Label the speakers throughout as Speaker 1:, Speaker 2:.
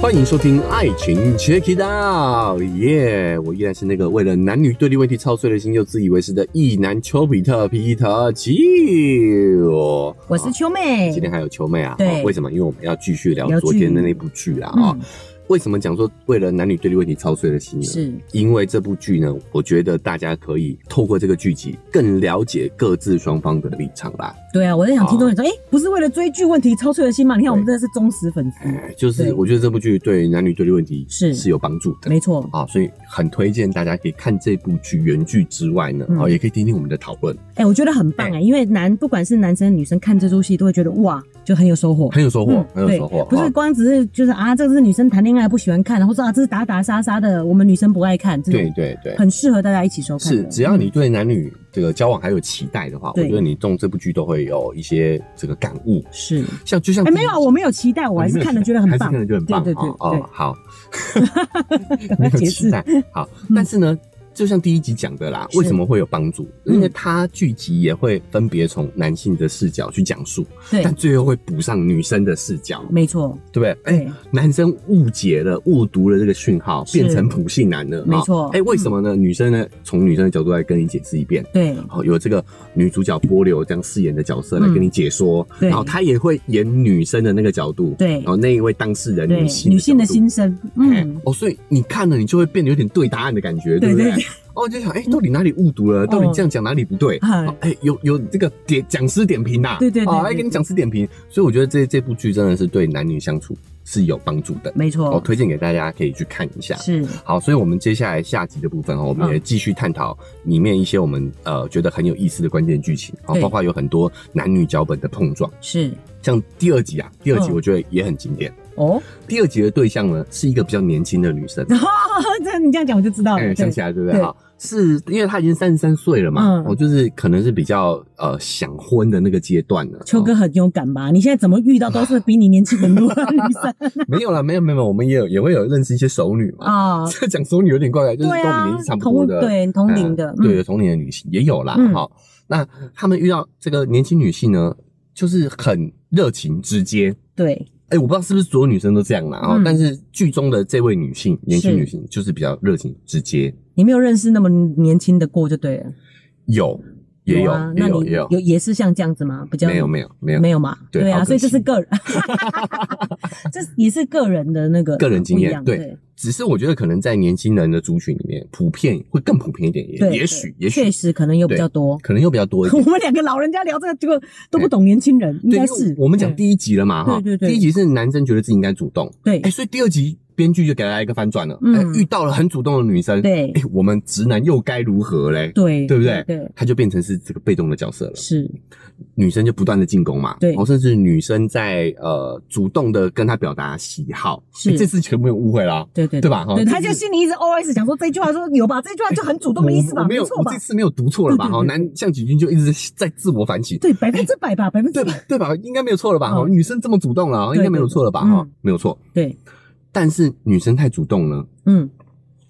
Speaker 1: 欢迎收听《爱情 Check It Out》，耶！我依然是那个为了男女对立问题操碎了心又自以为是的异男丘比特皮特丘。
Speaker 2: 我是秋妹，
Speaker 1: 今天还有秋妹啊？
Speaker 2: 对
Speaker 1: 哦为什么？因为我们要继续聊
Speaker 2: 聊剧
Speaker 1: 昨天的那部剧啊！啊、
Speaker 2: 嗯
Speaker 1: 为什么讲说为了男女对立问题操碎了心呢？
Speaker 2: 是
Speaker 1: 因为这部剧呢，我觉得大家可以透过这个剧集更了解各自双方的立场啦。
Speaker 2: 对啊，我在
Speaker 1: 哦
Speaker 2: 想听众你说，哎、不是为了追剧问题操碎了心吗？你看我们
Speaker 1: 对
Speaker 2: 真的是忠实粉丝，
Speaker 1: 哎，就是
Speaker 2: 对
Speaker 1: 我觉得这部剧对男女对立问题
Speaker 2: 是
Speaker 1: 是有帮助的。
Speaker 2: 没错，
Speaker 1: 啊，所以很推荐大家可以看这部剧原剧之外呢，
Speaker 2: 嗯
Speaker 1: 啊、也可以听听我们的讨论，
Speaker 2: 哎、我觉得很
Speaker 1: 嗯
Speaker 2: 棒哎、因为男不管是男生女生看这出戏都会觉得哇，就很有收获。
Speaker 1: 很有收获，
Speaker 2: 嗯
Speaker 1: 很有收获。
Speaker 2: 对，不
Speaker 1: 啊
Speaker 2: 是光只是就是啊，这个是女生谈恋爱不喜欢看，或者啊这是打打杀杀的，我们女生不爱看，这
Speaker 1: 对
Speaker 2: 种
Speaker 1: 对对，
Speaker 2: 很适合大家一起收看的。
Speaker 1: 是只要你对男女这个交往还有期待的话，我
Speaker 2: 嗯对
Speaker 1: 觉得你中这部剧都会有一些这个感悟。
Speaker 2: 是，
Speaker 1: 像就像哦
Speaker 2: 哎、
Speaker 1: 第一
Speaker 2: 没有啊，
Speaker 1: 集
Speaker 2: 我没有期待，我还是看了觉得很
Speaker 1: 还
Speaker 2: 棒
Speaker 1: 是看。了觉得很棒。
Speaker 2: 对对对
Speaker 1: 哦哦
Speaker 2: 对，
Speaker 1: 好，
Speaker 2: 赶
Speaker 1: 没有
Speaker 2: 快
Speaker 1: 期
Speaker 2: 解释，嗯
Speaker 1: 待。好，但是呢。就像第一集讲的啦，
Speaker 2: 是嗯
Speaker 1: 为什么会有帮助？因为它剧集也会分别从男性的视角去讲述，
Speaker 2: 对
Speaker 1: 但，最后会补上女生的视角，
Speaker 2: 没错，
Speaker 1: 对不对？哎、
Speaker 2: 对，
Speaker 1: 男生误解了、误读了这个讯号，
Speaker 2: 是
Speaker 1: 变成普信男了。
Speaker 2: 没
Speaker 1: 哈
Speaker 2: 错
Speaker 1: 哎、为什么呢？女生呢，从女生的角度来跟你解释一遍。
Speaker 2: 对，
Speaker 1: 好，有这个女主角波流这样饰演的角色来跟你解说，
Speaker 2: 对
Speaker 1: 然后她也会演女生的那个角度，
Speaker 2: 对
Speaker 1: 然后那一位当事人
Speaker 2: 对，
Speaker 1: 女性
Speaker 2: 女性的
Speaker 1: 角度
Speaker 2: 心声，
Speaker 1: 哎
Speaker 2: 嗯，
Speaker 1: 哦，所以你看了，你就会变得有点对答案的感觉，
Speaker 2: 对
Speaker 1: 不对？
Speaker 2: 对嗯
Speaker 1: 哦，就想，哎、到底哪里误读了？到底这样讲哪里不对？
Speaker 2: 嗨
Speaker 1: 哦哎、有有这个点讲师点评呐、
Speaker 2: 嗯对对对
Speaker 1: 哦，
Speaker 2: 对
Speaker 1: 来给你
Speaker 2: 对
Speaker 1: 讲师点评。所以我觉得这这部剧真的是对男女相处是有帮助的，
Speaker 2: 没
Speaker 1: 我、
Speaker 2: 错，
Speaker 1: 推荐给大家可以去看一下。
Speaker 2: 嗯是，
Speaker 1: 好，所以我们接下来下集的部分哦，我们
Speaker 2: 嗯
Speaker 1: 也继续探讨里面一些我们呃觉得很有意思的关键剧情，啊，
Speaker 2: 对
Speaker 1: 包括有很多男女脚本的碰撞，
Speaker 2: 是
Speaker 1: 像第二集啊，第二集
Speaker 2: 嗯
Speaker 1: 我觉得也很经典。
Speaker 2: 哦，
Speaker 1: 第二集的对象呢是一个比较年轻的女生，
Speaker 2: 这你这样讲我就知道
Speaker 1: 哎，
Speaker 2: 了。
Speaker 1: 想
Speaker 2: 哦对
Speaker 1: 起来对不对？
Speaker 2: 对
Speaker 1: 哈，是因为她已经三十三岁了嘛
Speaker 2: 嗯，
Speaker 1: 哦，就是可能是比较呃想婚的那个阶段了。哦
Speaker 2: 秋哥很勇敢吧？你现在怎么遇到都是比你年轻很多的女 生
Speaker 1: 哦没有啦，没有没有，没有我们也有也会有认识一些熟女嘛。
Speaker 2: 啊？
Speaker 1: 这讲熟女有点怪怪，就是
Speaker 2: 对
Speaker 1: 跟我
Speaker 2: 啊
Speaker 1: 们年纪差，不多
Speaker 2: 同
Speaker 1: 的，
Speaker 2: 对同龄的，
Speaker 1: 嗯对
Speaker 2: 嗯，
Speaker 1: 同龄的女性也有啦，
Speaker 2: 嗯
Speaker 1: 哈、那他们遇到这个年轻女性呢，就是很热情直接。
Speaker 2: 对
Speaker 1: 哎、我不知道是不是所有女生都这样啦，啊、
Speaker 2: 嗯
Speaker 1: 但是剧中的这位女性，年轻
Speaker 2: 是
Speaker 1: 女性就是比较热情直接，
Speaker 2: 你没有认识那么年轻的过就对了。
Speaker 1: 有也有、
Speaker 2: 啊，
Speaker 1: 也
Speaker 2: 那
Speaker 1: 有
Speaker 2: 你
Speaker 1: 也有
Speaker 2: 有也是像这样子吗？比较
Speaker 1: 没有没有没有
Speaker 2: 没有嘛？
Speaker 1: 对
Speaker 2: 对
Speaker 1: 好
Speaker 2: 啊，
Speaker 1: 可
Speaker 2: 所以这是
Speaker 1: 惜
Speaker 2: 个人，这也是个人的那个
Speaker 1: 个人经
Speaker 2: 不一
Speaker 1: 验
Speaker 2: 样，
Speaker 1: 对，只是我觉得可能在年轻人的族群里面，普遍会更普遍一点，
Speaker 2: 对，
Speaker 1: 也也许
Speaker 2: 对
Speaker 1: 也
Speaker 2: 确
Speaker 1: 许
Speaker 2: 实可能有比
Speaker 1: 对
Speaker 2: 较多。
Speaker 1: 可能又比较多一
Speaker 2: 我
Speaker 1: 点。
Speaker 2: 们两个老人家聊这个，结果都不懂年轻人，应
Speaker 1: 对，
Speaker 2: 该
Speaker 1: 因为
Speaker 2: 是
Speaker 1: 我们讲
Speaker 2: 对
Speaker 1: 第一集了嘛，哈，
Speaker 2: 对对对
Speaker 1: 第一集是男生觉得自己应该主动，
Speaker 2: 对
Speaker 1: 哎、所以第二集编剧就给他一个反转了，
Speaker 2: 嗯
Speaker 1: 哎、遇到了很主动的女生，
Speaker 2: 对
Speaker 1: 哎、我们直男又该如何嘞？
Speaker 2: 对
Speaker 1: 对不对
Speaker 2: 对，
Speaker 1: 他就变成是这个被动的角色了，
Speaker 2: 是
Speaker 1: 女生就不断的进攻嘛，
Speaker 2: 对
Speaker 1: 然后甚至女生在呃主动的跟他表达喜好，
Speaker 2: 是
Speaker 1: 哎这次全部有误会啦，
Speaker 2: 对对
Speaker 1: 对吧哈
Speaker 2: 对，
Speaker 1: 就是
Speaker 2: 他就心里一直 OS 想说这句话说有吧，这句话就很主动的意思
Speaker 1: 我
Speaker 2: 吧，
Speaker 1: 我没有，
Speaker 2: 错
Speaker 1: 我
Speaker 2: 吧
Speaker 1: 这？次没有读错了吧？
Speaker 2: 对对
Speaker 1: 哈，
Speaker 2: 对
Speaker 1: 男向井君就一直在自我反省，
Speaker 2: 对，百分之百吧，百分之
Speaker 1: 对吧
Speaker 2: 百，？
Speaker 1: 对吧？应该没有错了吧？哈，
Speaker 2: 嗯
Speaker 1: 女生这么主动了，
Speaker 2: 对
Speaker 1: 应该没有错了吧？
Speaker 2: 对对
Speaker 1: 哈
Speaker 2: 嗯，
Speaker 1: 没有错，
Speaker 2: 对，
Speaker 1: 但是女生太主动呢，
Speaker 2: 嗯，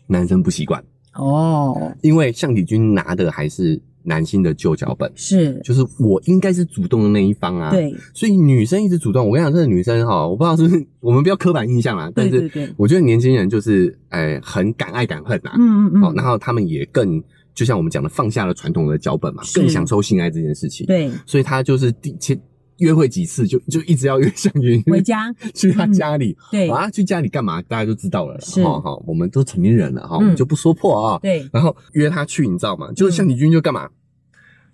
Speaker 1: 男生不习惯。
Speaker 2: 哦，
Speaker 1: 因为向体君拿的还是男性的旧脚本，
Speaker 2: 是，
Speaker 1: 就是我应该是主动的那一方啊。，
Speaker 2: 对，
Speaker 1: 所以女生一直主动。我跟你讲，这个女生哈，我不知道是不是我们不要刻板印象啦，但
Speaker 2: 对对
Speaker 1: 是
Speaker 2: 对，
Speaker 1: 我觉得年轻人就是哎、很敢爱敢恨啊。
Speaker 2: 嗯嗯
Speaker 1: 哦，
Speaker 2: 嗯，
Speaker 1: 然后他们也更就像我们讲的，放下了传统的脚本嘛，
Speaker 2: 是
Speaker 1: 更享受性爱这件事情。，
Speaker 2: 对，
Speaker 1: 所以他就是第前约会几次就就一直要约向云
Speaker 2: 回家，
Speaker 1: 去他家里。
Speaker 2: 对
Speaker 1: 啊，去家里干嘛？大家就知道了啦。
Speaker 2: 是
Speaker 1: 哈、哈，我们都成年人了哈，我们
Speaker 2: 嗯
Speaker 1: 就不说破啊、
Speaker 2: 对，
Speaker 1: 然后约他去，你知道吗？就是向体君就干嘛？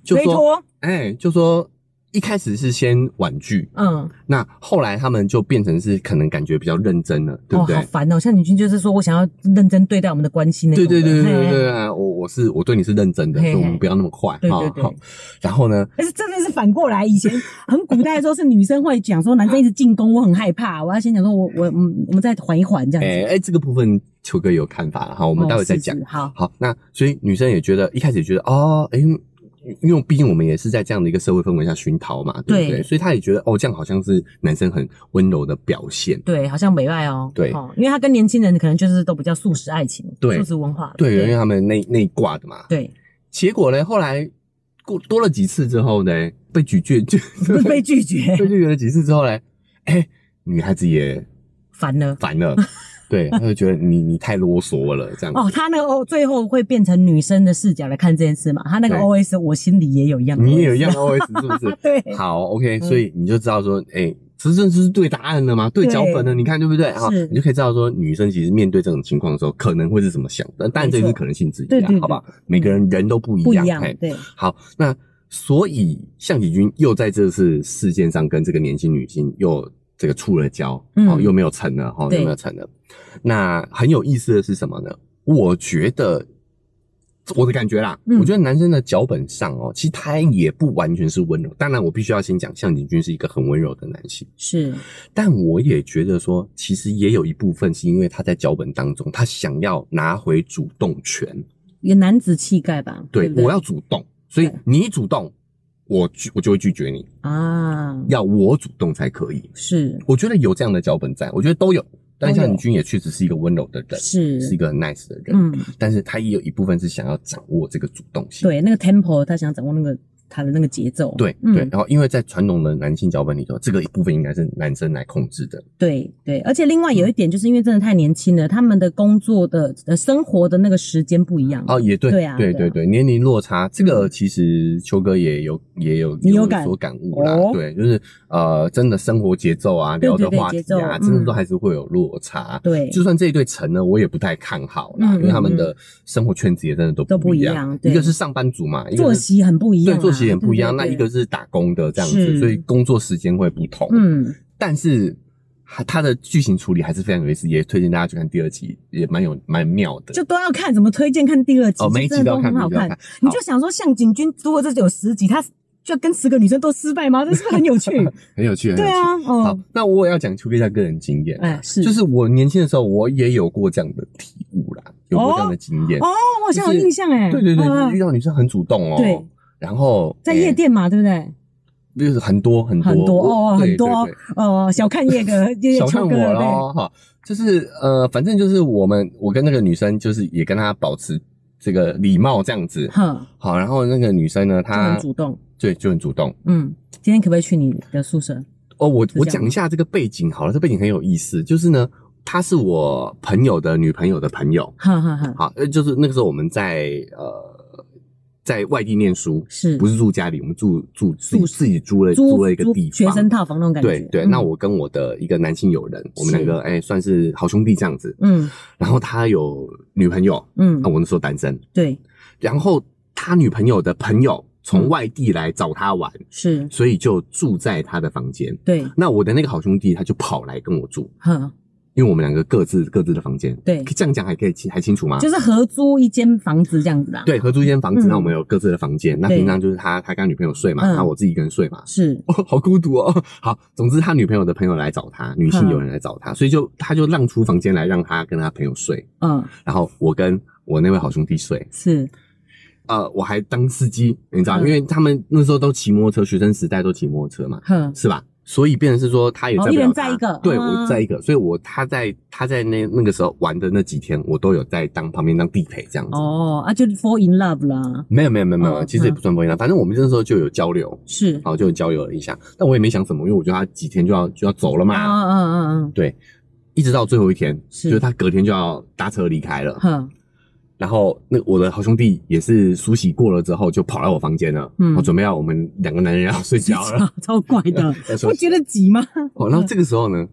Speaker 1: 就
Speaker 2: 推
Speaker 1: 说
Speaker 2: 脱，
Speaker 1: 哎、就说一开始是先婉拒，
Speaker 2: 嗯，
Speaker 1: 那后来他们就变成是可能感觉比较认真了，对
Speaker 2: 哦，
Speaker 1: 不对？
Speaker 2: 好烦哦，像女君就是说我想要认真对待我们的关系那
Speaker 1: 对
Speaker 2: 种的，
Speaker 1: 对对对对对
Speaker 2: 嘿
Speaker 1: 对，对我我是我对你是认真的，所
Speaker 2: 嘿嘿
Speaker 1: 以我们不要那么快
Speaker 2: 对
Speaker 1: 哈
Speaker 2: 对对
Speaker 1: 好然后呢，
Speaker 2: 但是真的是反过来，以前很古代的时候是女生会讲说男生一直进攻，我很害怕，我要先讲说我我嗯，我们再缓一缓这
Speaker 1: 哎、
Speaker 2: 样子。
Speaker 1: 哎、这个部分球哥有看法了哈，我
Speaker 2: 我
Speaker 1: 们待会再讲。
Speaker 2: 好，
Speaker 1: 好，那所以女生也觉得一开始也觉得哦，哎、因为毕竟我们也是在这样的一个社会氛围下熏陶嘛，对不对？
Speaker 2: 对
Speaker 1: 所以她也觉得哦，这样好像是男生很温柔的表现。
Speaker 2: 对，好像美外哦，
Speaker 1: 对
Speaker 2: 哦，因为他跟年轻人可能就是都比较素食爱情，
Speaker 1: 对
Speaker 2: 素食文化，
Speaker 1: 对，因为他们那那一挂的嘛。
Speaker 2: 对，
Speaker 1: 结果呢，后来过多了几次之后呢， 被拒绝，就
Speaker 2: 被拒绝，
Speaker 1: 被拒绝了几次之后呢，哎、女孩子也
Speaker 2: 烦了。
Speaker 1: 烦 了，对，他就觉得你你太啰嗦了，这样子。
Speaker 2: 哦，他那个 O 最后会变成女生的视角来看这件事嘛？他那个
Speaker 1: 对
Speaker 2: OS 我心里也有一样的 OS，
Speaker 1: 你也有一样 OS 是不是？
Speaker 2: 对
Speaker 1: 好，OK，所
Speaker 2: 嗯
Speaker 1: 以你就知道说，哎、这这就是对答案了吗？对脚本了，你看对不对啊？
Speaker 2: 是
Speaker 1: 你就可以知道说，女生其实面对这种情况的时候，可能会是怎么想的。当然，这也
Speaker 2: 没
Speaker 1: 是
Speaker 2: 错
Speaker 1: 可能性之一啊，
Speaker 2: 对对对
Speaker 1: 好吧？每个人人都不一
Speaker 2: 不一
Speaker 1: 样，哎
Speaker 2: 样
Speaker 1: 嘿，
Speaker 2: 对，
Speaker 1: 好，那所以向启军又在这次事件上跟这个年轻女性又这个触了交，
Speaker 2: 嗯
Speaker 1: 哦，又没有成了，哦，
Speaker 2: 对
Speaker 1: 又没有成了。那很有意思的是什么呢？我觉得我的感觉啦，
Speaker 2: 嗯
Speaker 1: 我觉得男生的脚本上哦，其实他也不完全是温柔。当然，我必须要先讲向井君是一个很温柔的男性，
Speaker 2: 是
Speaker 1: 但我也觉得说，其实也有一部分是因为他在脚本当中，他想要拿回主动权。
Speaker 2: 有男子气概吧？
Speaker 1: 对，
Speaker 2: 不对
Speaker 1: 我要主动，所以
Speaker 2: 对
Speaker 1: 你主动，我拒我就会拒绝你，
Speaker 2: 啊，
Speaker 1: 要我主动才可以。
Speaker 2: 是
Speaker 1: 我觉得有这样的脚本在，我觉得都有。但
Speaker 2: 都有
Speaker 1: 向宇君也确实是一个温柔的人，
Speaker 2: 是
Speaker 1: 是一个很 nice 的人，
Speaker 2: 嗯，
Speaker 1: 但是他也有一部分是想要掌握这个主动性。
Speaker 2: 对，那个 tempo 他想掌握那个他的那个节奏，
Speaker 1: 对
Speaker 2: 嗯
Speaker 1: 对，然后因为在传统的男性脚本里头，这个部分应该是男生来控制的。
Speaker 2: 对对，而且另外
Speaker 1: 嗯
Speaker 2: 有一点，就是因为真的太年轻了，他们的工作的呃生活的那个时间不一样。
Speaker 1: 哦，也对，
Speaker 2: 对啊
Speaker 1: 对
Speaker 2: 对
Speaker 1: 对
Speaker 2: 啊
Speaker 1: 对，年龄落差，这个其实秋哥也有也有
Speaker 2: 你有感
Speaker 1: 所感悟啦
Speaker 2: 哦。
Speaker 1: 对，就是呃，真的生活节奏啊，聊的
Speaker 2: 对对
Speaker 1: 话题
Speaker 2: 节奏
Speaker 1: 啊，
Speaker 2: 嗯
Speaker 1: 真的都还是会有落差。
Speaker 2: 对，
Speaker 1: 就算这一对成了，我也不太看好啦，
Speaker 2: 嗯
Speaker 1: 因为他们的生活圈子也真的都
Speaker 2: 都不
Speaker 1: 一
Speaker 2: 一
Speaker 1: 样。
Speaker 2: 样对
Speaker 1: 一个是上班族嘛，一个是
Speaker 2: 作息很不一样啊
Speaker 1: 对，作息很不一样。
Speaker 2: 对对
Speaker 1: 那
Speaker 2: 对
Speaker 1: 一个是打工的这样子，
Speaker 2: 是
Speaker 1: 所以工作时间会不同。，
Speaker 2: 嗯，
Speaker 1: 但是它它的剧情处理还是非常有意思，也推荐大家去看第二集，也蛮有蛮妙的。
Speaker 2: 就都要看，怎么推荐看第二
Speaker 1: 哦，
Speaker 2: 集？就
Speaker 1: 每一集
Speaker 2: 真
Speaker 1: 都
Speaker 2: 的
Speaker 1: 要
Speaker 2: 都
Speaker 1: 看，
Speaker 2: 很
Speaker 1: 每一
Speaker 2: 好
Speaker 1: 集都要
Speaker 2: 看
Speaker 1: 看。。
Speaker 2: 你就想说，向井君如果这只有十集，他就要跟十个女生都失败吗？这是不是很 有趣？
Speaker 1: 很有趣，很有
Speaker 2: 对
Speaker 1: 趣。
Speaker 2: 啊，
Speaker 1: 好
Speaker 2: 哦，，
Speaker 1: 那我也要讲秋哥一下个人经验啊，
Speaker 2: 哎是
Speaker 1: 就是我年轻的时候，我也有过这样的体悟啦，有过这样的经验。
Speaker 2: 哦，我好像有印象哎。
Speaker 1: 对对对，
Speaker 2: 嗯
Speaker 1: 就是遇到女生很主动哦，
Speaker 2: 对，
Speaker 1: 然后
Speaker 2: 在夜，店嘛，对不对？
Speaker 1: 哎就是很多很多
Speaker 2: 很多哦，
Speaker 1: 对
Speaker 2: 很多
Speaker 1: 对对
Speaker 2: 哦，小看夜哥，夜夜
Speaker 1: 小看我
Speaker 2: 秋哥，对，
Speaker 1: 喽哈，就是呃，反正就是我们，我跟那个女生就是也跟她保持这个礼貌这样子，
Speaker 2: 哼，
Speaker 1: 好，然后那个女生呢，
Speaker 2: 就
Speaker 1: 她
Speaker 2: 很主动。
Speaker 1: 对就很主动。
Speaker 2: 嗯，今天可不可以去你的宿舍？
Speaker 1: 哦，我
Speaker 2: 这
Speaker 1: 我
Speaker 2: 样
Speaker 1: 讲
Speaker 2: 吗
Speaker 1: 一下这个背景好了，这背景很有意思，就是呢，她是我朋友的女朋友的朋友，
Speaker 2: 哈哈哈，
Speaker 1: 好，呃，就是那个时候我们在呃在外地念书，
Speaker 2: 是
Speaker 1: 不是住家里，我们住住自己
Speaker 2: 宿舍
Speaker 1: 自己租了
Speaker 2: 租
Speaker 1: 租了一个
Speaker 2: 租
Speaker 1: 地方，
Speaker 2: 学生套房那种感觉。
Speaker 1: 对对，
Speaker 2: 嗯
Speaker 1: 那我跟我的一个男性友人，我们两
Speaker 2: 是
Speaker 1: 个哎、算是好兄弟这样子。
Speaker 2: 嗯
Speaker 1: 然后他有女朋友，
Speaker 2: 嗯
Speaker 1: 那、，我那时候单身。
Speaker 2: 对，
Speaker 1: 然后他女朋友的朋友
Speaker 2: 嗯
Speaker 1: 从外地来找他玩，
Speaker 2: 是，
Speaker 1: 所以就住在他的房间。
Speaker 2: 对，
Speaker 1: 那我的那个好兄弟他就跑来跟我住，
Speaker 2: 哈，
Speaker 1: 因为我们两个各自各自的房间。
Speaker 2: 对
Speaker 1: 这样讲还可以清还清楚吗？
Speaker 2: 就是合租一间房子这样子
Speaker 1: 啊
Speaker 2: 啊。，
Speaker 1: 对，合租一间房子，
Speaker 2: 嗯
Speaker 1: 那我们有各自的房间。那
Speaker 2: 对
Speaker 1: 平常就是他他跟他女朋友睡嘛，
Speaker 2: 嗯
Speaker 1: 那我自己一个人睡嘛。
Speaker 2: 是，
Speaker 1: 哦，好孤独哦。 好，总之他女朋友的朋友来找他，女性友人来找他，所以就他就让出房间来让他跟他朋友睡，
Speaker 2: 嗯，
Speaker 1: 然后我跟我那位好兄弟睡。
Speaker 2: 是，
Speaker 1: 呃，我还当司机，你知道，
Speaker 2: 嗯
Speaker 1: 因为他们那时候都骑摩托车，学生时代都骑摩托车嘛，
Speaker 2: 呵，
Speaker 1: 是吧？所以变成是说他也
Speaker 2: 哦
Speaker 1: 在、
Speaker 2: 一人载一个
Speaker 1: 对、
Speaker 2: 嗯
Speaker 1: 我在一个，所以我他在他在那那个时候玩的那几天，我都有在当旁边当地陪这样子。
Speaker 2: 哦，啊，就 fall in love 啦，
Speaker 1: 没有没有没有没有，
Speaker 2: 嗯
Speaker 1: 其实也不算不一样，反正我们那时候就有交流，
Speaker 2: 是，
Speaker 1: 好就有交流了一下，但我也没想什么，因为我觉得他几天就要就要走了
Speaker 2: 啊
Speaker 1: 嘛，
Speaker 2: 啊啊啊，
Speaker 1: 对，一直到最后一天，
Speaker 2: 是
Speaker 1: 就是他隔天就要搭车离开了，
Speaker 2: 呵，
Speaker 1: 然后那我的好兄弟也是梳洗过了之后，就跑来我房间了，
Speaker 2: 嗯
Speaker 1: 我准备要我们两个男人要睡觉了。
Speaker 2: 超怪 的
Speaker 1: 要，休息
Speaker 2: 不觉得挤吗？
Speaker 1: 哦，然后这个时候呢，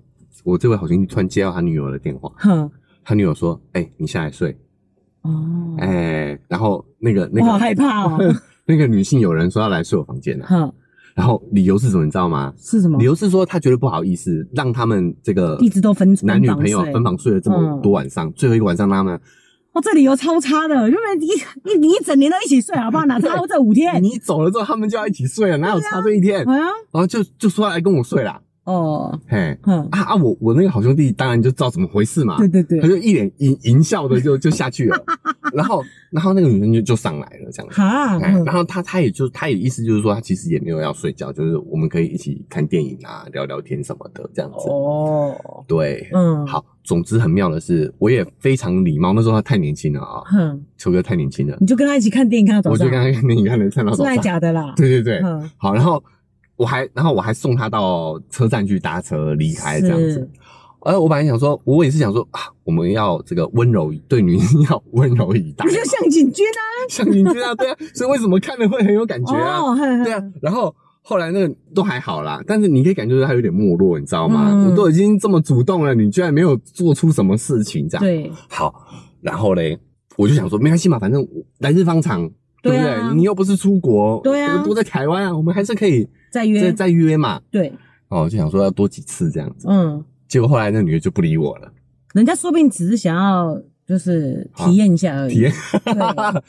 Speaker 1: 我这位好兄弟突然接到他女友的电话，
Speaker 2: 呵，
Speaker 1: 他女友说：“哎、你下来睡。
Speaker 2: 哦，
Speaker 1: 哎，然后那个那
Speaker 2: 我好
Speaker 1: 个
Speaker 2: 害怕哦，
Speaker 1: 那个女性友人说要来睡我房间了、
Speaker 2: 呵，
Speaker 1: 然后理由是什么，你知道吗？
Speaker 2: 是什么
Speaker 1: 理？由是说她觉得不好意思，让他们这个
Speaker 2: 一直都分
Speaker 1: 男女
Speaker 2: 分房
Speaker 1: 朋友
Speaker 2: 睡
Speaker 1: 分房睡了这么
Speaker 2: 嗯
Speaker 1: 多晚上，最后一个晚上让他们
Speaker 2: 哦，这理由超差的，因为一一你一整年都一起睡，好不好？哪差这五天？
Speaker 1: 你走了之后，他们就要一起睡了，哪有差这一天？
Speaker 2: 啊，
Speaker 1: 然后就就说要来跟我睡啦，
Speaker 2: 哦，
Speaker 1: 嘿
Speaker 2: 哼，
Speaker 1: 啊啊！我我那个好兄弟当然就知道怎么回事嘛，
Speaker 2: 对对对
Speaker 1: 他，就一脸淫淫笑的就就下去 了，然后然后那个女生就就上来了这样子。
Speaker 2: 哈，
Speaker 1: 哎
Speaker 2: 嗯
Speaker 1: 然后他他也就他也意思就是说，他其实也没有要睡觉，就是我们可以一起看电影啊，聊聊天什么的这样子。
Speaker 2: 哦，
Speaker 1: 对，
Speaker 2: 嗯，，
Speaker 1: 好，总之很妙的是，我也非常礼貌。那时候他太年轻了啊、
Speaker 2: 哼，
Speaker 1: 秋哥太年轻了，
Speaker 2: 嗯你就跟他一起看电影看到早
Speaker 1: 我就
Speaker 2: 上，
Speaker 1: 刚刚跟你看了看到早
Speaker 2: 真的
Speaker 1: 上。
Speaker 2: 假的啦？
Speaker 1: 对对对，
Speaker 2: 嗯，
Speaker 1: 好，然后我还然后我还送他到车站去搭车离开这样子
Speaker 2: 是。
Speaker 1: 呃，我本来想说，我也是想说啊，我们要这个温柔以，对女性要温柔以待
Speaker 2: 你
Speaker 1: 嘛，
Speaker 2: 就向警军啊，
Speaker 1: 像你这样，对啊，所以为什么看了会很有感觉啊？
Speaker 2: 哦，嘿嘿
Speaker 1: 对啊，然后后来那个都还好啦，但是你可以感觉到他有点没落，你知道吗？
Speaker 2: 嗯
Speaker 1: 我都已经这么主动了，你居然没有做出什么事情，这样。
Speaker 2: 对，
Speaker 1: 好，然后嘞，我就想说没关系嘛，反正我来日方长，对
Speaker 2: 对
Speaker 1: 不
Speaker 2: 啊
Speaker 1: 对？你又不是出国，
Speaker 2: 对啊
Speaker 1: 都在台湾啊，我们还是可以
Speaker 2: 再
Speaker 1: 再
Speaker 2: 约，
Speaker 1: 再约嘛。
Speaker 2: 对，
Speaker 1: 哦，我就想说要多几次这样子，
Speaker 2: 嗯，
Speaker 1: 结果后来那女的就不理我了，
Speaker 2: 人家说不定只是想要就是体验一下而已，
Speaker 1: 体验 啊
Speaker 2: 对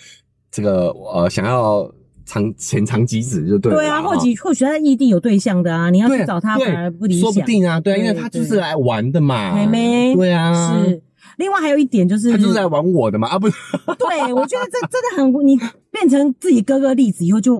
Speaker 1: 这个呃想要长前长几子就对了啦，
Speaker 2: 对啊，
Speaker 1: 哦
Speaker 2: 或许或许他在异地有对象的啊，你要
Speaker 1: 对
Speaker 2: 去找他
Speaker 1: 对
Speaker 2: 反而不理
Speaker 1: 说
Speaker 2: 想，
Speaker 1: 不定啊，对啊，因为
Speaker 2: 对
Speaker 1: 他就是
Speaker 2: 对
Speaker 1: 来玩的嘛，
Speaker 2: 妹妹
Speaker 1: 对啊，
Speaker 2: 是。另外还有一点就是，
Speaker 1: 他就是来玩我的嘛，啊不是，
Speaker 2: 对，我觉得这真的很，你变成自己哥哥例子以后就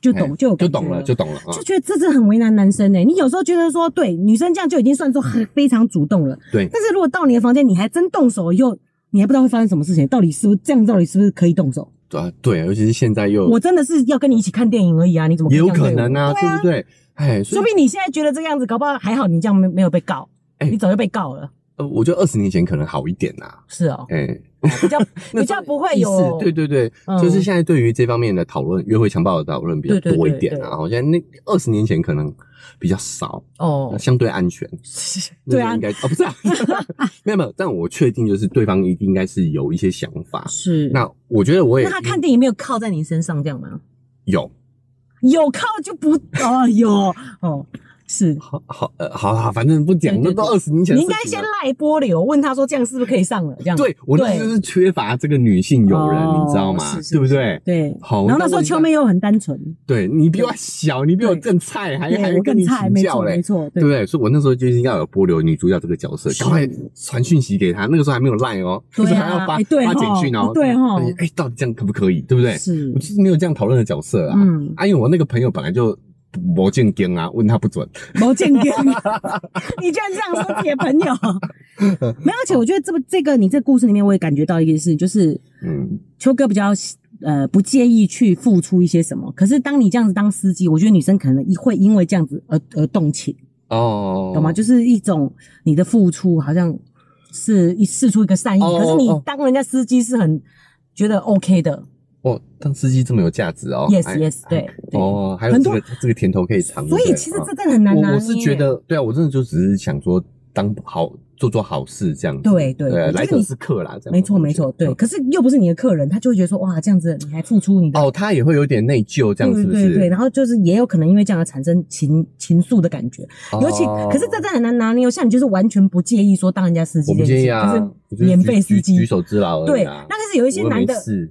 Speaker 2: 就懂
Speaker 1: 哎
Speaker 2: 就有
Speaker 1: 就
Speaker 2: 感觉
Speaker 1: 懂了，就懂了啊
Speaker 2: 就，觉得这真的很为难男生欸呢、你有时候觉得说，对女生这样就已经算说很非常主动了，
Speaker 1: 对
Speaker 2: 但是如果到你的房间，你还真动手又。你还不知道会发生什么事情，到底是不是这样？到底是不是可以动手？
Speaker 1: 啊对，尤其是现在又
Speaker 2: 我真的是要跟你一起看电影而已啊！你怎么
Speaker 1: 嗯也有
Speaker 2: 这样
Speaker 1: 可
Speaker 2: 对我
Speaker 1: 能啊，
Speaker 2: 对
Speaker 1: 对
Speaker 2: 啊
Speaker 1: 不对？哎，所
Speaker 2: 说
Speaker 1: 以
Speaker 2: 不定你现在觉得这个样子，搞不好还好，你这样没没有被告，
Speaker 1: 哎
Speaker 2: 你早就被告了。
Speaker 1: 呃我觉得二十年前可能好一点呐，
Speaker 2: 是哦，
Speaker 1: 哎，
Speaker 2: 比较
Speaker 1: 那
Speaker 2: 比较不会
Speaker 1: 意
Speaker 2: 有
Speaker 1: 识对对对，
Speaker 2: 嗯
Speaker 1: 就是现在对于这方面的讨论，约会强暴的讨论比较
Speaker 2: 对对对
Speaker 1: 多一点
Speaker 2: 对
Speaker 1: 啊，好像那二十年前可能比较少，
Speaker 2: 哦，
Speaker 1: 相对安全，
Speaker 2: 对啊
Speaker 1: 那个应，该哦不是啊， 没有没有，但我确定就是对方一定应该是有一些想法。
Speaker 2: 是
Speaker 1: 那我觉得我也
Speaker 2: 那他看电影没有靠在你身上这样吗？
Speaker 1: 有
Speaker 2: 有靠就不哦有哦是，
Speaker 1: 好好呃好好，反正不讲，
Speaker 2: 对
Speaker 1: 那
Speaker 2: 对
Speaker 1: 都二十年前
Speaker 2: 你
Speaker 1: 的
Speaker 2: 应
Speaker 1: 事
Speaker 2: 该
Speaker 1: 情
Speaker 2: 先
Speaker 1: 了。
Speaker 2: 赖波流，问他说这样是不是可以上了这样。
Speaker 1: 对我那时
Speaker 2: 对
Speaker 1: 候就是缺乏这个女性友人，
Speaker 2: 哦
Speaker 1: 你知道吗
Speaker 2: 是？是
Speaker 1: 对不对？
Speaker 2: 对，
Speaker 1: 好
Speaker 2: 然后
Speaker 1: 那
Speaker 2: 那时
Speaker 1: 我应该
Speaker 2: 候秋妹又很单纯，
Speaker 1: 对你比我小，你比我
Speaker 2: 对
Speaker 1: 更菜，还
Speaker 2: 对
Speaker 1: 还
Speaker 2: 我
Speaker 1: 跟
Speaker 2: 更
Speaker 1: 你
Speaker 2: 菜，
Speaker 1: 请
Speaker 2: 没
Speaker 1: 教
Speaker 2: 错
Speaker 1: 嘞
Speaker 2: 没。错，
Speaker 1: 对不对？所以我那时候就是要有波流女主角这个角色，
Speaker 2: 是
Speaker 1: 赶快传讯息给她。那个时候还没有赖哦， 那
Speaker 2: 对啊
Speaker 1: 时候还要发
Speaker 2: 哎对
Speaker 1: 发
Speaker 2: 吼
Speaker 1: 简讯哦，
Speaker 2: 对吼
Speaker 1: 哎，到底这样可不可以？对不对？
Speaker 2: 是
Speaker 1: 我就是没有这样讨论的角色啊。
Speaker 2: 嗯，
Speaker 1: 啊，因为我那个朋友本来就魔见经啊，问他不准。
Speaker 2: 毛健哥， 你居然这样说自己的朋 友，没有，而且我觉得这个这个你这故事里面，我也感觉到一件事情，就是
Speaker 1: 嗯，
Speaker 2: 秋哥比较呃不介意去付出一些什么，可是当你这样子当司机，我觉得女生可能会因为这样子而而动情，
Speaker 1: 哦，
Speaker 2: 懂吗？就是一种你的付出好像是一试出一个善意，
Speaker 1: 哦
Speaker 2: 可是你
Speaker 1: 哦
Speaker 2: 当人家司机是很觉得 OK 的
Speaker 1: 哦，当司机这么有价值哦。
Speaker 2: ，yes
Speaker 1: 哎
Speaker 2: yes，对对。
Speaker 1: 哦，还有
Speaker 2: 很
Speaker 1: 这
Speaker 2: 多
Speaker 1: 个这个甜头可以尝。
Speaker 2: 所
Speaker 1: 对
Speaker 2: 以
Speaker 1: 不对
Speaker 2: 其实
Speaker 1: 啊
Speaker 2: 这真的很难拿
Speaker 1: 我
Speaker 2: 捏。
Speaker 1: 我是觉得，对啊，我真的就只是想说当好做做好事这样子。啊
Speaker 2: 对对对
Speaker 1: 来
Speaker 2: 就是
Speaker 1: 者
Speaker 2: 你
Speaker 1: 是客啦，这样。
Speaker 2: 没错没错，对。
Speaker 1: 嗯
Speaker 2: 可是又不是你的客人，他就会觉得说哇，这样子你还付出你的，
Speaker 1: 哦，他也会有点内疚，这
Speaker 2: 对
Speaker 1: 样是
Speaker 2: 对
Speaker 1: 不
Speaker 2: 对
Speaker 1: 是？
Speaker 2: 对，然后就是也有可能因为这样而产生情情愫的感觉。
Speaker 1: 哦
Speaker 2: 尤其可是这真的很难拿捏哦，像你就是完全不介意说当人家司
Speaker 1: 我
Speaker 2: 机
Speaker 1: 不
Speaker 2: 这件事
Speaker 1: 介
Speaker 2: 情，
Speaker 1: 意啊，我就
Speaker 2: 就
Speaker 1: 是
Speaker 2: 免费
Speaker 1: 举
Speaker 2: 司机
Speaker 1: 举举。手之劳而
Speaker 2: 对，
Speaker 1: 已
Speaker 2: 那
Speaker 1: 啊。
Speaker 2: 但是有一些
Speaker 1: 我又
Speaker 2: 男
Speaker 1: 没
Speaker 2: 的，
Speaker 1: 事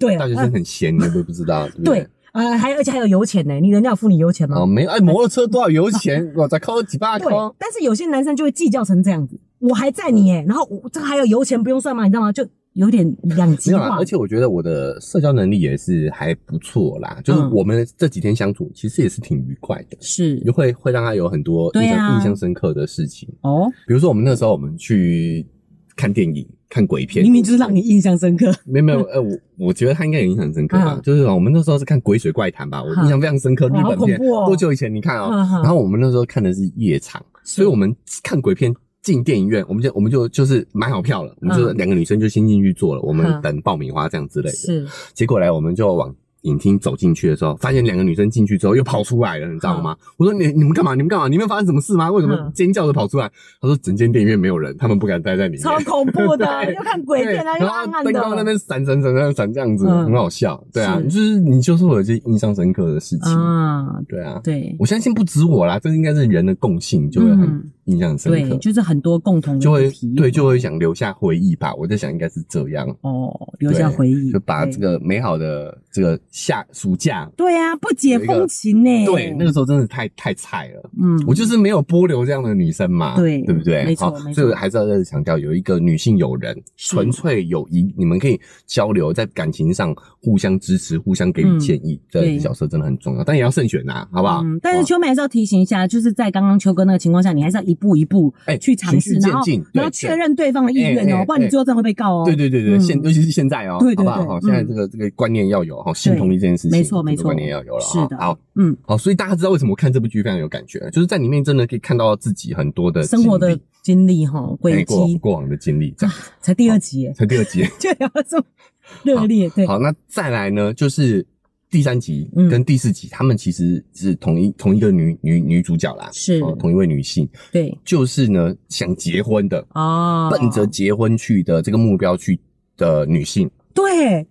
Speaker 2: 对啊
Speaker 1: 大学生很闲，你们不知道，对不
Speaker 2: 对
Speaker 1: 对？，
Speaker 2: 呃，还而且还有油钱呢，你人家有付你油钱吗
Speaker 1: 哦，？没有，哎，摩托车多少油 钱？我才扣几百
Speaker 2: 对
Speaker 1: 块。，
Speaker 2: 但是有些男生就会计较成这样子，我还在你耶，然后我这个还有油钱不用算吗？你知道吗？就有点两极
Speaker 1: 没有啦，
Speaker 2: 化
Speaker 1: 而，且我觉得我的社交能力也是还不错啦，就是
Speaker 2: 嗯
Speaker 1: 我们这几天相处其实也是挺愉快的，
Speaker 2: 是
Speaker 1: 就会会让他有很多
Speaker 2: 对
Speaker 1: 印象、
Speaker 2: 啊
Speaker 1: 印象深刻的事情。
Speaker 2: 哦，
Speaker 1: 比如说我们那时候我们去看电影，看鬼片，
Speaker 2: 明明就是让你印象深刻，
Speaker 1: 没有没有，呃，我我觉得他应该有印象深刻吧，
Speaker 2: 嗯
Speaker 1: 就是我们那时候是看《鬼水怪谈》吧，我
Speaker 2: 嗯
Speaker 1: 印象非常深刻，日
Speaker 2: 哇
Speaker 1: 本片，
Speaker 2: 好恐怖哦
Speaker 1: 多久以前？你看哦，
Speaker 2: 嗯嗯
Speaker 1: 然后我们那时候看的是夜场， 所以我们看鬼片进电影院，我们就我们就就是买好票了，我们就
Speaker 2: 嗯
Speaker 1: 两个女生就先进去坐了，我们
Speaker 2: 嗯
Speaker 1: 等爆米花这样之类的。
Speaker 2: 是
Speaker 1: 结果来我们就往影厅走进去的时候，发现两个女生进去之后又跑出来了，你知道吗？我说你你们干嘛？你们干嘛？你们发生什么事吗？为什么
Speaker 2: 嗯
Speaker 1: 尖叫着跑出来？他说整间电影院没有人，他们不敢待在里面。
Speaker 2: 超恐怖的，
Speaker 1: 对
Speaker 2: 又看鬼片啊，
Speaker 1: 对
Speaker 2: 又
Speaker 1: 然
Speaker 2: 暗
Speaker 1: 后
Speaker 2: 暗
Speaker 1: 灯光那
Speaker 2: 的。
Speaker 1: 边闪闪闪闪闪这样子，
Speaker 2: 嗯
Speaker 1: 很好笑。对啊，
Speaker 2: 是
Speaker 1: 就是你就是会有一些印象深刻的事情。
Speaker 2: 啊，
Speaker 1: 对啊，
Speaker 2: 对
Speaker 1: 我相信不止我啦，这应该是人的共性，就会很
Speaker 2: 嗯
Speaker 1: 印象深刻，
Speaker 2: 对，就是很多共同的
Speaker 1: 就会
Speaker 2: 议题
Speaker 1: 对就会想留下回忆吧。我在想应该是这样，
Speaker 2: 哦，留下回忆，
Speaker 1: 就把
Speaker 2: 对
Speaker 1: 这个美好的这个夏暑假，
Speaker 2: 对啊，不解风情呢，
Speaker 1: 对那个时候真的太太菜了。
Speaker 2: 嗯，
Speaker 1: 我就是没有波流这样的女生嘛，
Speaker 2: 对
Speaker 1: 对不对？
Speaker 2: 没错
Speaker 1: 好
Speaker 2: 没错
Speaker 1: 所以我还是要再次强调，有一个女性友人，
Speaker 2: 是
Speaker 1: 纯粹友谊，你们可以交流，在感情上互相支持、互相给予
Speaker 2: 嗯
Speaker 1: 建议，这
Speaker 2: 对
Speaker 1: 个角色真的很重要，但也要慎选呐，好不好？
Speaker 2: 嗯，但是
Speaker 1: 好
Speaker 2: 秋妹还是要提醒一下，就是在刚刚秋哥那个情况下，你还是要一步一步
Speaker 1: 哎
Speaker 2: 去尝试，
Speaker 1: 循序
Speaker 2: 然后
Speaker 1: 渐进对
Speaker 2: 然后确认对方的意愿
Speaker 1: 哎哎
Speaker 2: 哦，不然你最后真的会被告哦。
Speaker 1: 对对对对，
Speaker 2: 嗯
Speaker 1: 现尤其是现在哦，
Speaker 2: 对对
Speaker 1: 好不
Speaker 2: 对
Speaker 1: 好？好，
Speaker 2: 嗯
Speaker 1: 现在这个这个观念要有哈，性同意这件事情，
Speaker 2: 没错没
Speaker 1: 这个
Speaker 2: 错，
Speaker 1: 观念要有了
Speaker 2: 是
Speaker 1: 哈
Speaker 2: 的，
Speaker 1: 好。，
Speaker 2: 嗯，
Speaker 1: 好，所以大家知道为什么我看这部剧非常有感觉，就是在里面真的可以看到自己很多的
Speaker 2: 生活
Speaker 1: 呃经
Speaker 2: 的
Speaker 1: 历
Speaker 2: 经历哈，
Speaker 1: 哎
Speaker 2: 轨
Speaker 1: 过往
Speaker 2: 迹
Speaker 1: 过往的经历， 这样
Speaker 2: 才第二集耶，
Speaker 1: 才第二集。
Speaker 2: 就聊得这么热烈，对，
Speaker 1: 好，那再来呢，就是第三集
Speaker 2: 嗯
Speaker 1: 跟第四集，他们其实是同一同一个女女女主角啦，
Speaker 2: 是
Speaker 1: 哦同一位女性，
Speaker 2: 对，
Speaker 1: 就是呢想结婚的，
Speaker 2: 哦，
Speaker 1: 奔着结婚去的这个目标去的女性。
Speaker 2: 对，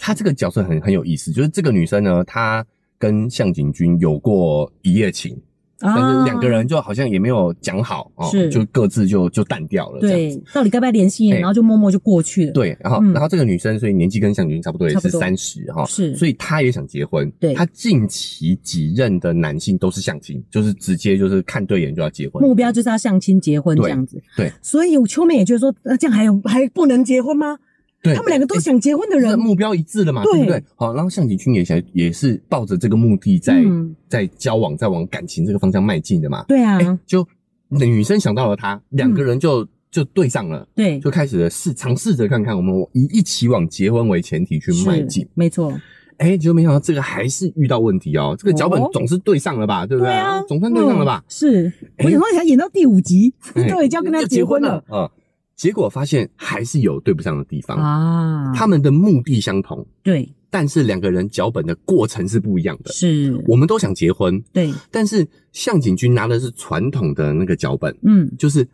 Speaker 1: 她这个角色很很有意思，就是这个女生呢，她跟向井君有过一夜情，
Speaker 2: 但
Speaker 1: 但是两个人就好像也没有讲好哦
Speaker 2: 啊是，
Speaker 1: 就各自就就淡掉了这样
Speaker 2: 对
Speaker 1: 子。，
Speaker 2: 到底该不该联系，
Speaker 1: 哎
Speaker 2: 然后就默默就过去了，，
Speaker 1: 对，然后、
Speaker 2: 嗯
Speaker 1: 然后这个女生，所以年纪跟向井君差不多，也
Speaker 2: 差不
Speaker 1: 是
Speaker 2: 多
Speaker 1: 三十哈，
Speaker 2: 是，
Speaker 1: 所
Speaker 2: 以
Speaker 1: 以她也想结婚。
Speaker 2: 嗯对
Speaker 1: 她近期几任的男性都是相亲，就是直接就是看对眼就要结婚。
Speaker 2: 目标就是要相亲结婚
Speaker 1: 对
Speaker 2: 这样子，
Speaker 1: 对，
Speaker 2: 所以秋妹也觉得说，呃，这样还有还不能结婚吗？
Speaker 1: 对
Speaker 2: 他们两个都
Speaker 1: 诶
Speaker 2: 想结婚的
Speaker 1: 这
Speaker 2: 人，
Speaker 1: 目标一致了嘛，
Speaker 2: 对
Speaker 1: 对不对？好，然后向井君也想也是抱着这个目的在、
Speaker 2: 嗯
Speaker 1: 在交往，在往感情这个方向迈进的嘛。
Speaker 2: 对
Speaker 1: 哎、
Speaker 2: 啊，嗯
Speaker 1: 就女生想到了他，两个人就、就对上了，
Speaker 2: 对，
Speaker 1: 就开始了试尝试着看看，我们一一起往结婚为前提去迈进
Speaker 2: 是。，没错，
Speaker 1: 哎、结果没想到这个还是遇到问题哦，这个脚本
Speaker 2: 哦
Speaker 1: 总是对上了吧，对不
Speaker 2: 对
Speaker 1: 对？
Speaker 2: 啊，
Speaker 1: 总算对上了吧
Speaker 2: 嗯？是，
Speaker 1: 哎
Speaker 2: 我想说，想演到第五集，
Speaker 1: 哎
Speaker 2: 都已经要跟他
Speaker 1: 要
Speaker 2: 结
Speaker 1: 结
Speaker 2: 婚了
Speaker 1: 了啊、结果发现还是有对不上的地方，
Speaker 2: 啊
Speaker 1: 他们的目的相同，
Speaker 2: 对，
Speaker 1: 但是两个人脚本的过程是不一样的。
Speaker 2: 是，
Speaker 1: 我们都想结婚，
Speaker 2: 对，
Speaker 1: 但是向井君拿的是传统的那个脚本，
Speaker 2: 嗯，
Speaker 1: 就是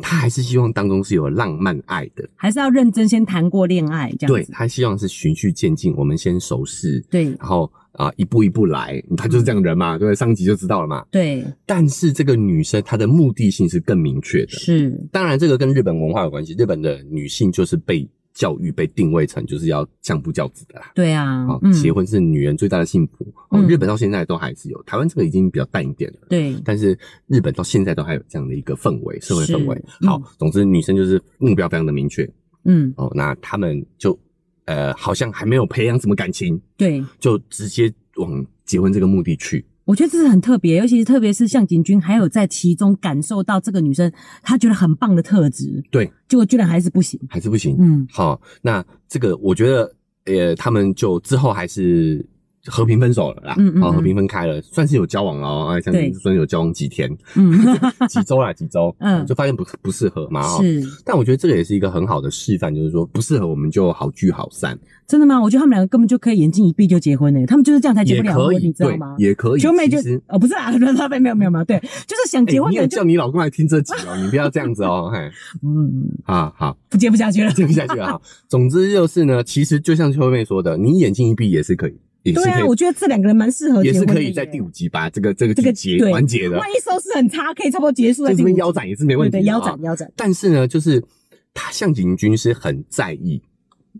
Speaker 1: 他还是希望当中是有浪漫爱的，
Speaker 2: 还是要认真先谈过恋爱这样
Speaker 1: 对
Speaker 2: 子，
Speaker 1: 他希望是循序渐进，我们先熟识，
Speaker 2: 对
Speaker 1: 然后啊、一步一步来，他就是这样的人
Speaker 2: 嗯
Speaker 1: 嘛，对不对？上集就知道了嘛。
Speaker 2: 对
Speaker 1: 但是这个女生她的目的性是更明确的，
Speaker 2: 是，
Speaker 1: 当然这个跟日本文化有关系，日本的女性就是被教育被定位成就是要相夫教子的啦。
Speaker 2: 对啊
Speaker 1: 啊，，
Speaker 2: 嗯，
Speaker 1: 结婚是女人最大的幸福。哦，
Speaker 2: 嗯
Speaker 1: 日本到现在都还是有，台湾这个已经比较淡一点了。
Speaker 2: 对
Speaker 1: 但是日本到现在都还有这样的一个氛围，社会氛围。
Speaker 2: 是
Speaker 1: 好，总之女生就是目标非常的明确
Speaker 2: 嗯
Speaker 1: 哦，那他们就呃好像还没有培养什么感情，
Speaker 2: 对，
Speaker 1: 就直接往结婚这个目的去。
Speaker 2: 我觉得这是很特别，尤其是特别是向井君还有在其中感受到这个女生她觉得很棒的特质，
Speaker 1: 对，
Speaker 2: 结果居然还是不行，
Speaker 1: 还是不行。
Speaker 2: 嗯，
Speaker 1: 好，那这个我觉得呃他们就之后还是。和平分手了啦，
Speaker 2: 嗯嗯
Speaker 1: 哦，
Speaker 2: 嗯
Speaker 1: 和平分开了，算是有交往了哦，哎，像
Speaker 2: 对
Speaker 1: 算是有交往几 天、
Speaker 2: 嗯，
Speaker 1: 几周啦，几周，
Speaker 2: 嗯
Speaker 1: 就发现不不适合嘛，哦，
Speaker 2: 是
Speaker 1: 但我觉得这个也是一个很好的示范，就是说不适合我们就好聚好散，
Speaker 2: 真的吗？我觉得他们两个根本就可以眼睛一闭就结婚呢、他们就是这样才结
Speaker 1: 也
Speaker 2: 不了
Speaker 1: 可
Speaker 2: 婚，
Speaker 1: 以，
Speaker 2: 你知道
Speaker 1: 对
Speaker 2: 吗，？
Speaker 1: 也可以。
Speaker 2: 九妹就
Speaker 1: 其实
Speaker 2: 哦，不是啊，没 有没有没有没有，对，就是想
Speaker 1: 哎
Speaker 2: 结婚
Speaker 1: 你
Speaker 2: 的
Speaker 1: 有
Speaker 2: 人就、
Speaker 1: 叫你老公来听这集哦，你不要这样子哦， 嘿，
Speaker 2: 嗯，
Speaker 1: 啊，好，
Speaker 2: 不接不下去了，
Speaker 1: 接不下去了哈。总之就是呢，其实就像秋妹说的，你眼睛一闭也是可以，也是
Speaker 2: 对啊，
Speaker 1: 可
Speaker 2: 我
Speaker 1: 以，
Speaker 2: 觉得这两个人蛮适合结
Speaker 1: 也
Speaker 2: 婚
Speaker 1: 是
Speaker 2: 的
Speaker 1: 可以在
Speaker 2: 耶
Speaker 1: 第五集把这个这个
Speaker 2: 这个
Speaker 1: 剧结
Speaker 2: 对
Speaker 1: 完结的
Speaker 2: 万，一收视很差，可以差不多结束在
Speaker 1: 就这
Speaker 2: 第五
Speaker 1: 边
Speaker 2: 集
Speaker 1: 腰斩也是没问
Speaker 2: 对
Speaker 1: 题
Speaker 2: 对
Speaker 1: 的
Speaker 2: 腰
Speaker 1: 啊。
Speaker 2: 斩腰斩，
Speaker 1: 但是呢，就是他向井君是很在意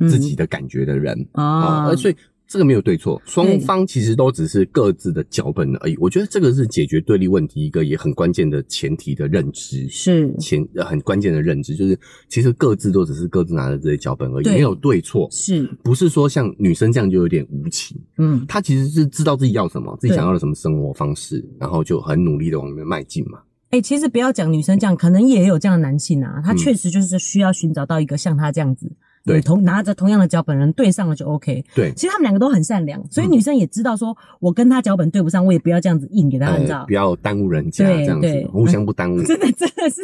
Speaker 2: 嗯
Speaker 1: 自己的感觉的人，啊、
Speaker 2: 啊
Speaker 1: 而，所以这个没有对错，双方其实都只是各自的脚本而已。我觉得这个是解决对立问题一个也很关键的前提的认知，
Speaker 2: 是
Speaker 1: 前呃很关键的认知就是，其实各自都只是各自拿着这些脚本而已，
Speaker 2: 对
Speaker 1: 没有对错。
Speaker 2: 是，
Speaker 1: 不是说像女生这样就有点无情，
Speaker 2: 嗯，
Speaker 1: 她其实是知道自己要什么，自己
Speaker 2: 对
Speaker 1: 想要的什么生活方式，然后就很努力的往里面迈进嘛。
Speaker 2: 哎、其实不要讲女生这样，可能也有这样的男性啊，他
Speaker 1: 嗯
Speaker 2: 确实就是需要寻找到一个像他这样子，
Speaker 1: 对
Speaker 2: 有同拿着同样的脚本人对上了就 OK。
Speaker 1: 对，
Speaker 2: 其实他们两个都很善良，所以
Speaker 1: 嗯
Speaker 2: 女生也知道说，我跟他脚本对不上，我也不要这样子硬给他，你知道
Speaker 1: 呃不。要耽误人家
Speaker 2: 对
Speaker 1: 这样
Speaker 2: 对嗯
Speaker 1: 子，互相不耽误。
Speaker 2: 真的真的是，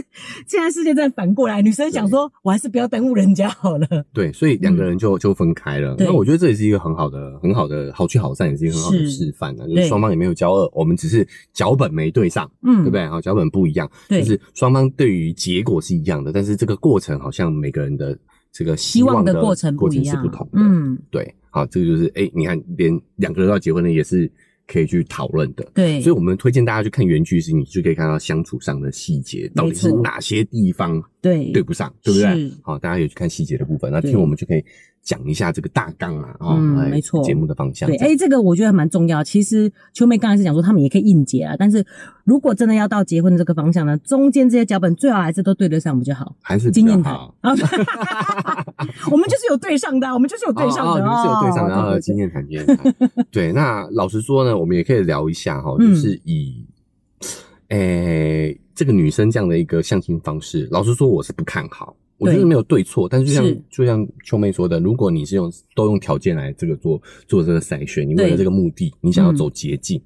Speaker 2: 现在世界在反过来，女生想说，我还是不要耽误人家好了。
Speaker 1: 对，所以两个人就、就分开了。
Speaker 2: 嗯对
Speaker 1: 那我觉得这也是一个很好的、很好的好聚好散，也是一个很好的
Speaker 2: 是
Speaker 1: 示范啊。就
Speaker 2: 对
Speaker 1: 是双方也没有交恶，我们只是脚本没对上，
Speaker 2: 嗯，
Speaker 1: 对不？对？好，脚本不一样，
Speaker 2: 对
Speaker 1: 就是双方对于结果是一样的，但是这个过程好像每个人的这个希
Speaker 2: 希望
Speaker 1: 望
Speaker 2: 的
Speaker 1: 的
Speaker 2: 过程
Speaker 1: 过
Speaker 2: 不一
Speaker 1: 程是
Speaker 2: 样，
Speaker 1: 不同的。嗯，
Speaker 2: 嗯，
Speaker 1: 对，好，这个就是哎、你看，连两个人要结婚的也是可以去讨论的。
Speaker 2: 对，
Speaker 1: 所以，我们推荐大家去看原剧时，你就可以看到相处上的细节，到底是
Speaker 2: 没错
Speaker 1: 哪些地方
Speaker 2: 对
Speaker 1: 对不上，对不对
Speaker 2: 是？
Speaker 1: 好，大家有去看细节的部分，那
Speaker 2: 对
Speaker 1: 听我们就可以讲一下这个大纲啊，哦
Speaker 2: 嗯，
Speaker 1: 哎
Speaker 2: 没错
Speaker 1: 节目的方向
Speaker 2: 对，。哎、这个我觉得蛮重要。其实秋妹刚才是讲说他们也可以应结啊，但是如果真的要到结婚这个方向呢，中间这些脚本最好还是都对得上比较好。
Speaker 1: 还是比
Speaker 2: 经
Speaker 1: 较
Speaker 2: 验谈
Speaker 1: 好，
Speaker 2: 啊，我们就是有对上的啊，我们就是有对上
Speaker 1: 哦哦
Speaker 2: 的
Speaker 1: 你们是有对上的，然
Speaker 2: 哦
Speaker 1: 后经验谈，经验谈。 对，那老实说呢，我们也可以聊一下哈，
Speaker 2: 嗯
Speaker 1: 就是以，诶，这个女生这样的一个相亲方式，老实说我是不看好，我觉
Speaker 2: 对
Speaker 1: 得没有对错，但是就像
Speaker 2: 是
Speaker 1: 就像秋妹说的，如果你是用都用条件来这个做做这个筛选，你为
Speaker 2: 对
Speaker 1: 了这个目的，你想要
Speaker 2: 嗯
Speaker 1: 走捷径，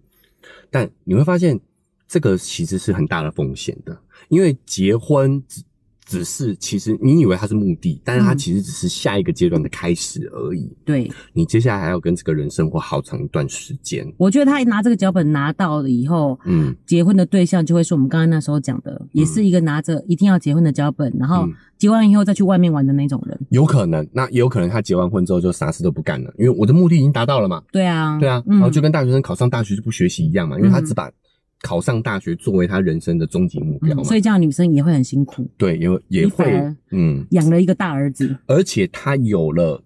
Speaker 1: 但你会发现这个其实是很大的风险的，因为结婚只只是其实你以为它是目的，但是它
Speaker 2: 嗯
Speaker 1: 其实只是下一个阶段的开始而已。
Speaker 2: 对，
Speaker 1: 你接下来还要跟这个人生活好长一段时间。
Speaker 2: 我觉得他拿这个脚本拿到了以后，
Speaker 1: 嗯，
Speaker 2: 结婚的对象就会是我们刚刚那时候讲的，也是一个拿着一定要结婚的脚本，然后
Speaker 1: 嗯
Speaker 2: 结完以后再去外面玩的那种人。
Speaker 1: 有可能，那也有可能他结完婚之后就啥事都不干了，因为我的目的已经达到了嘛。
Speaker 2: 对啊，
Speaker 1: 对啊，然后就跟大学生考上大学就不学习一样嘛，因
Speaker 2: 嗯
Speaker 1: 为他只把考上大学作为他人生的终极目标嘛。
Speaker 2: 嗯所以这样女生也会很辛苦，
Speaker 1: 对，也有也
Speaker 2: 你
Speaker 1: 会
Speaker 2: 反而
Speaker 1: 嗯，
Speaker 2: 养了一个大儿子。
Speaker 1: 而且他有了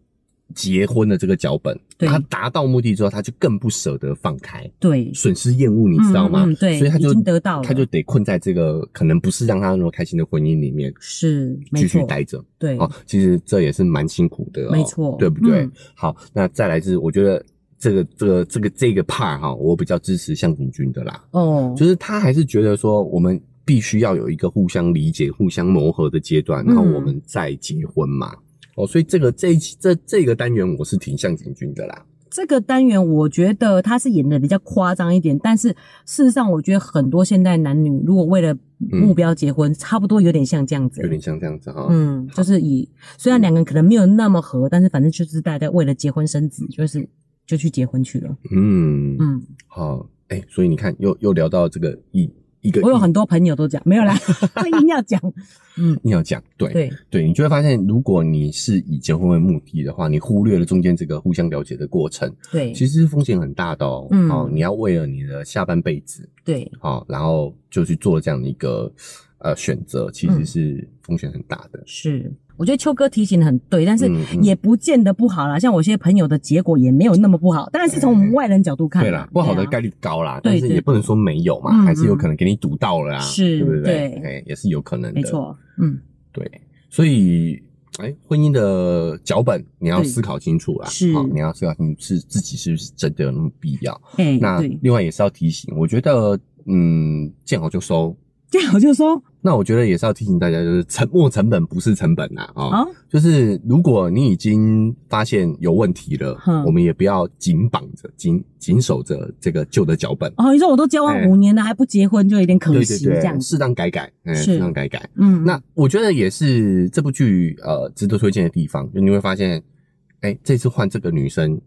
Speaker 1: 结婚的这个脚本，
Speaker 2: 对
Speaker 1: 他达到目的之后，他就更不舍得放开，
Speaker 2: 对，
Speaker 1: 损失厌恶，你知道吗？
Speaker 2: 嗯嗯嗯对
Speaker 1: 所以他就
Speaker 2: 已经得到了
Speaker 1: 他就得困在这个可能不是让他那么开心的婚姻里面
Speaker 2: 是没
Speaker 1: 继续
Speaker 2: 错，
Speaker 1: 待着。
Speaker 2: 对，
Speaker 1: 哦，其实这也是蛮辛苦的、哦，
Speaker 2: 没错
Speaker 1: 对不对？
Speaker 2: 嗯
Speaker 1: 好，那再来是我觉得这个这个这个这个 part 哈、我比较支持向井君的啦，
Speaker 2: 哦，
Speaker 1: 就是他还是觉得说我们。必须要有一个互相理解、互相磨合的阶段，然后
Speaker 2: 嗯
Speaker 1: 我们再结婚嘛。哦，所以这个这一期这这个单元我是挺向井君的啦。
Speaker 2: 这个单元，我觉得他是演的比较夸张一点，但是事实上，我觉得很多现代男女如果为了
Speaker 1: 嗯
Speaker 2: 目标结婚，差不多有点像这样子
Speaker 1: 有。点像这样子哈、
Speaker 2: 嗯，就是以虽然两个人可能没有那么合，但是反正就是大家为了结婚生子，就是就去结婚去了。
Speaker 1: 嗯，
Speaker 2: 嗯，
Speaker 1: 好，哎、所以你看，又又聊到这个一一个，
Speaker 2: 我有很多朋友都讲没有 啦，会硬要讲。嗯，
Speaker 1: 你要讲，对
Speaker 2: 对，
Speaker 1: 对，你就会发现，如果你是以结婚为目的的话，你忽略了中间这个互相了解的过程，
Speaker 2: 对，
Speaker 1: 其实风险很大的哦。
Speaker 2: 嗯
Speaker 1: 哦，你要为了你的下半辈子，
Speaker 2: 对，
Speaker 1: 哦，然后就去做这样的一个呃选择，
Speaker 2: 嗯
Speaker 1: 其实是风险很大的。
Speaker 2: 是。我觉得秋哥提醒的很对，但是
Speaker 1: 嗯嗯
Speaker 2: 也不见得不好啦。像我有些朋友的结果也没有那么不好，当然是从我们外人角度看
Speaker 1: 对啦，不好的
Speaker 2: 对啊
Speaker 1: 概率高啦，
Speaker 2: 对
Speaker 1: 但是也
Speaker 2: 对
Speaker 1: 不能说没有嘛，
Speaker 2: 嗯
Speaker 1: 还是有可能给你堵到了啊，
Speaker 2: 是
Speaker 1: 对不对？
Speaker 2: 对
Speaker 1: 哎，也是有可能的，
Speaker 2: 没，错，嗯，
Speaker 1: 对，所以。哎，婚姻的脚本你要
Speaker 2: 对
Speaker 1: 思考清楚啦，
Speaker 2: 是
Speaker 1: 哦你要思考清楚是自己是不是真的有那么必要。
Speaker 2: 哎、
Speaker 1: 那
Speaker 2: 对，
Speaker 1: 另外也是要提醒，我觉得，嗯，见好就收。
Speaker 2: 这样我就说
Speaker 1: 那我觉得也是要提醒大家，就是沉没成本不是成本呐、啊，
Speaker 2: 啊，
Speaker 1: 就是如果你已经发现有问题了，
Speaker 2: 哼
Speaker 1: 我们也不要紧绑着、紧紧守着这个旧的脚本。
Speaker 2: 哦，你说我都交
Speaker 1: 哎
Speaker 2: 往五年了、还不结婚，就有点可
Speaker 1: 对对
Speaker 2: 惜这样
Speaker 1: 对，
Speaker 2: 子。
Speaker 1: 适当改改，嗯，
Speaker 2: 是
Speaker 1: 适当改改。
Speaker 2: 嗯，
Speaker 1: 那我觉得也是这部剧呃值得推荐的地方，就你会发现，哎、这次换这个女生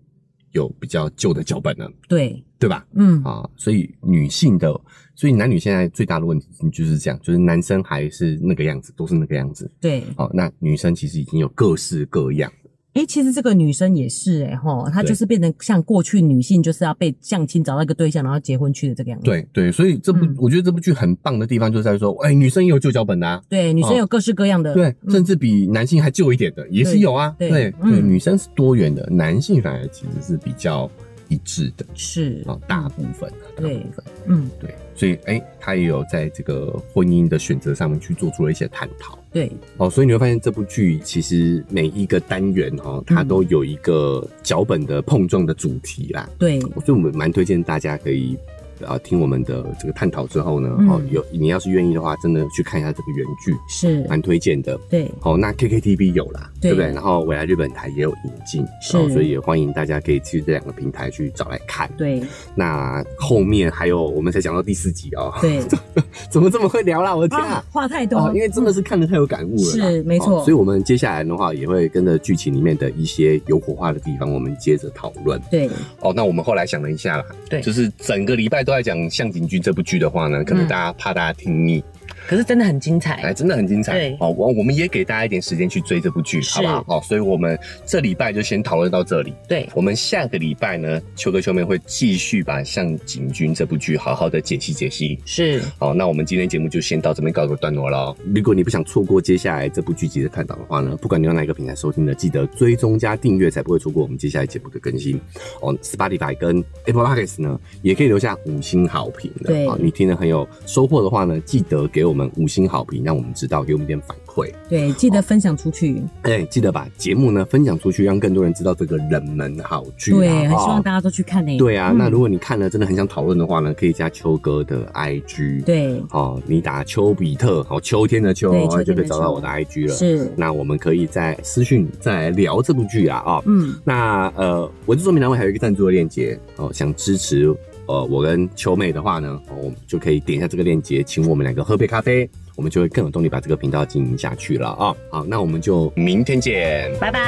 Speaker 1: 有比较旧的脚本了，
Speaker 2: 对，
Speaker 1: 对吧？
Speaker 2: 嗯，
Speaker 1: 啊，所以女性的，所以男女现在最大的问题就是这样，就是男生还是那个样子，都是那个样子。
Speaker 2: 对。
Speaker 1: 好、那女生其实已经有各式各样，
Speaker 2: 哎、其实这个女生也是哎、吼，她
Speaker 1: 对
Speaker 2: 就是变成像过去女性就是要被相亲找到一个对象，然后结婚去的这个样子。
Speaker 1: 对对，所以这部、
Speaker 2: 嗯
Speaker 1: 我觉得这部剧很棒的地方就在于说，哎、女生也有旧脚本的、啊，
Speaker 2: 对，女生有各式各样的。
Speaker 1: 对，
Speaker 2: 嗯
Speaker 1: 甚至比男性还旧一点的也是有啊，
Speaker 2: 对
Speaker 1: 对
Speaker 2: 对
Speaker 1: 对，
Speaker 2: 嗯
Speaker 1: 女生是多元的，男性反而其实是比较一致的
Speaker 2: 是
Speaker 1: 啊，大部分啊，大
Speaker 2: 嗯对
Speaker 1: 部分
Speaker 2: 嗯，
Speaker 1: 对，所以哎、他也有在这个婚姻的选择上面去做出了一些探讨。
Speaker 2: 对，
Speaker 1: 哦，所以你会发现这部剧其实每一个单元哦，它
Speaker 2: 嗯
Speaker 1: 都有一个脚本的碰撞的主题啦，
Speaker 2: 对，
Speaker 1: 所以我们蛮推荐大家可以。啊，听我们的这个探讨之后呢，
Speaker 2: 嗯
Speaker 1: 哦，有你要是愿意的话，真的去看一下这个原剧，
Speaker 2: 是，
Speaker 1: 蛮推荐的。
Speaker 2: 对，
Speaker 1: 哦，那 KKTV 有啦，对
Speaker 2: 对
Speaker 1: 不对？然后未来日本台也有引进，
Speaker 2: 是
Speaker 1: 哦，所以也欢迎大家可以去这两个平台去找来看。
Speaker 2: 对，
Speaker 1: 那后面还有，我们才讲到第四集哦，
Speaker 2: 对，
Speaker 1: 怎么这么会聊啦？我的天啊！
Speaker 2: 啊，话太多
Speaker 1: 哦，，因为真的是看的太有感悟了啦，
Speaker 2: 是没错
Speaker 1: 哦所以我们接下来的话，也会跟着剧情里面的一些有火花的地方，我们接着讨论。
Speaker 2: 对，
Speaker 1: 哦，那我们后来想了一下啦，
Speaker 2: 对
Speaker 1: 就是整个礼拜都在讲《向警剧》这部剧的话呢，可能
Speaker 2: 嗯
Speaker 1: 大家怕大家听腻，
Speaker 2: 可是真的很精
Speaker 1: 哎，
Speaker 2: 彩。
Speaker 1: 真的很精彩
Speaker 2: 对。
Speaker 1: 哦，我我们也给大家一点时间去追这部剧，
Speaker 2: 是
Speaker 1: 好不好？哦，所以我们这礼拜就先讨论到这里。
Speaker 2: 对，
Speaker 1: 我们下个礼拜呢，秋哥秋妹会继续把《向警君》这部剧好好的解析解析。
Speaker 2: 是，
Speaker 1: 好，那我们今天节目就先到这边告一个段落喽。如果你不想错过接下来这部剧集的探讨的话呢，不管你用哪一个平台收听的，记得追踪加订阅，才不会错过我们接下来节目的更新。哦，Spotify 跟 Apple Podcast 呢，也可以留下五星好评的。
Speaker 2: 对
Speaker 1: 哦你听了很有收获的话呢，记得给我们五星好评，让我们知道，给我们一点反馈。
Speaker 2: 对，记得分享出去。
Speaker 1: 哎、记得把节目呢分享出去，让更多人知道这个冷门好剧啊。
Speaker 2: 对，很希
Speaker 1: 哦
Speaker 2: 望大家都去看呢。
Speaker 1: 对啊，
Speaker 2: 嗯
Speaker 1: 那如果你看了真的很想讨论的话呢，可以加秋哥的 IG。。
Speaker 2: 对
Speaker 1: 哦，你打丘比特，好、秋天的秋，
Speaker 2: 对秋
Speaker 1: 哦
Speaker 2: 天的
Speaker 1: 就可以找到
Speaker 2: 秋
Speaker 1: 我的 IG 了。，
Speaker 2: 是，
Speaker 1: 那我们可以在私讯再来聊这部剧啊，哦，
Speaker 2: 嗯，
Speaker 1: 那呃，文字说明栏位还有一个赞助的链接哦，想支持呃，我跟秋妹的话呢，哦我们就可以点一下这个链接，请我们两个喝杯咖啡，我们就会更有动力把这个频道经营下去了啊、好，那我们就明天见，
Speaker 2: 拜拜。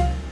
Speaker 1: 拜。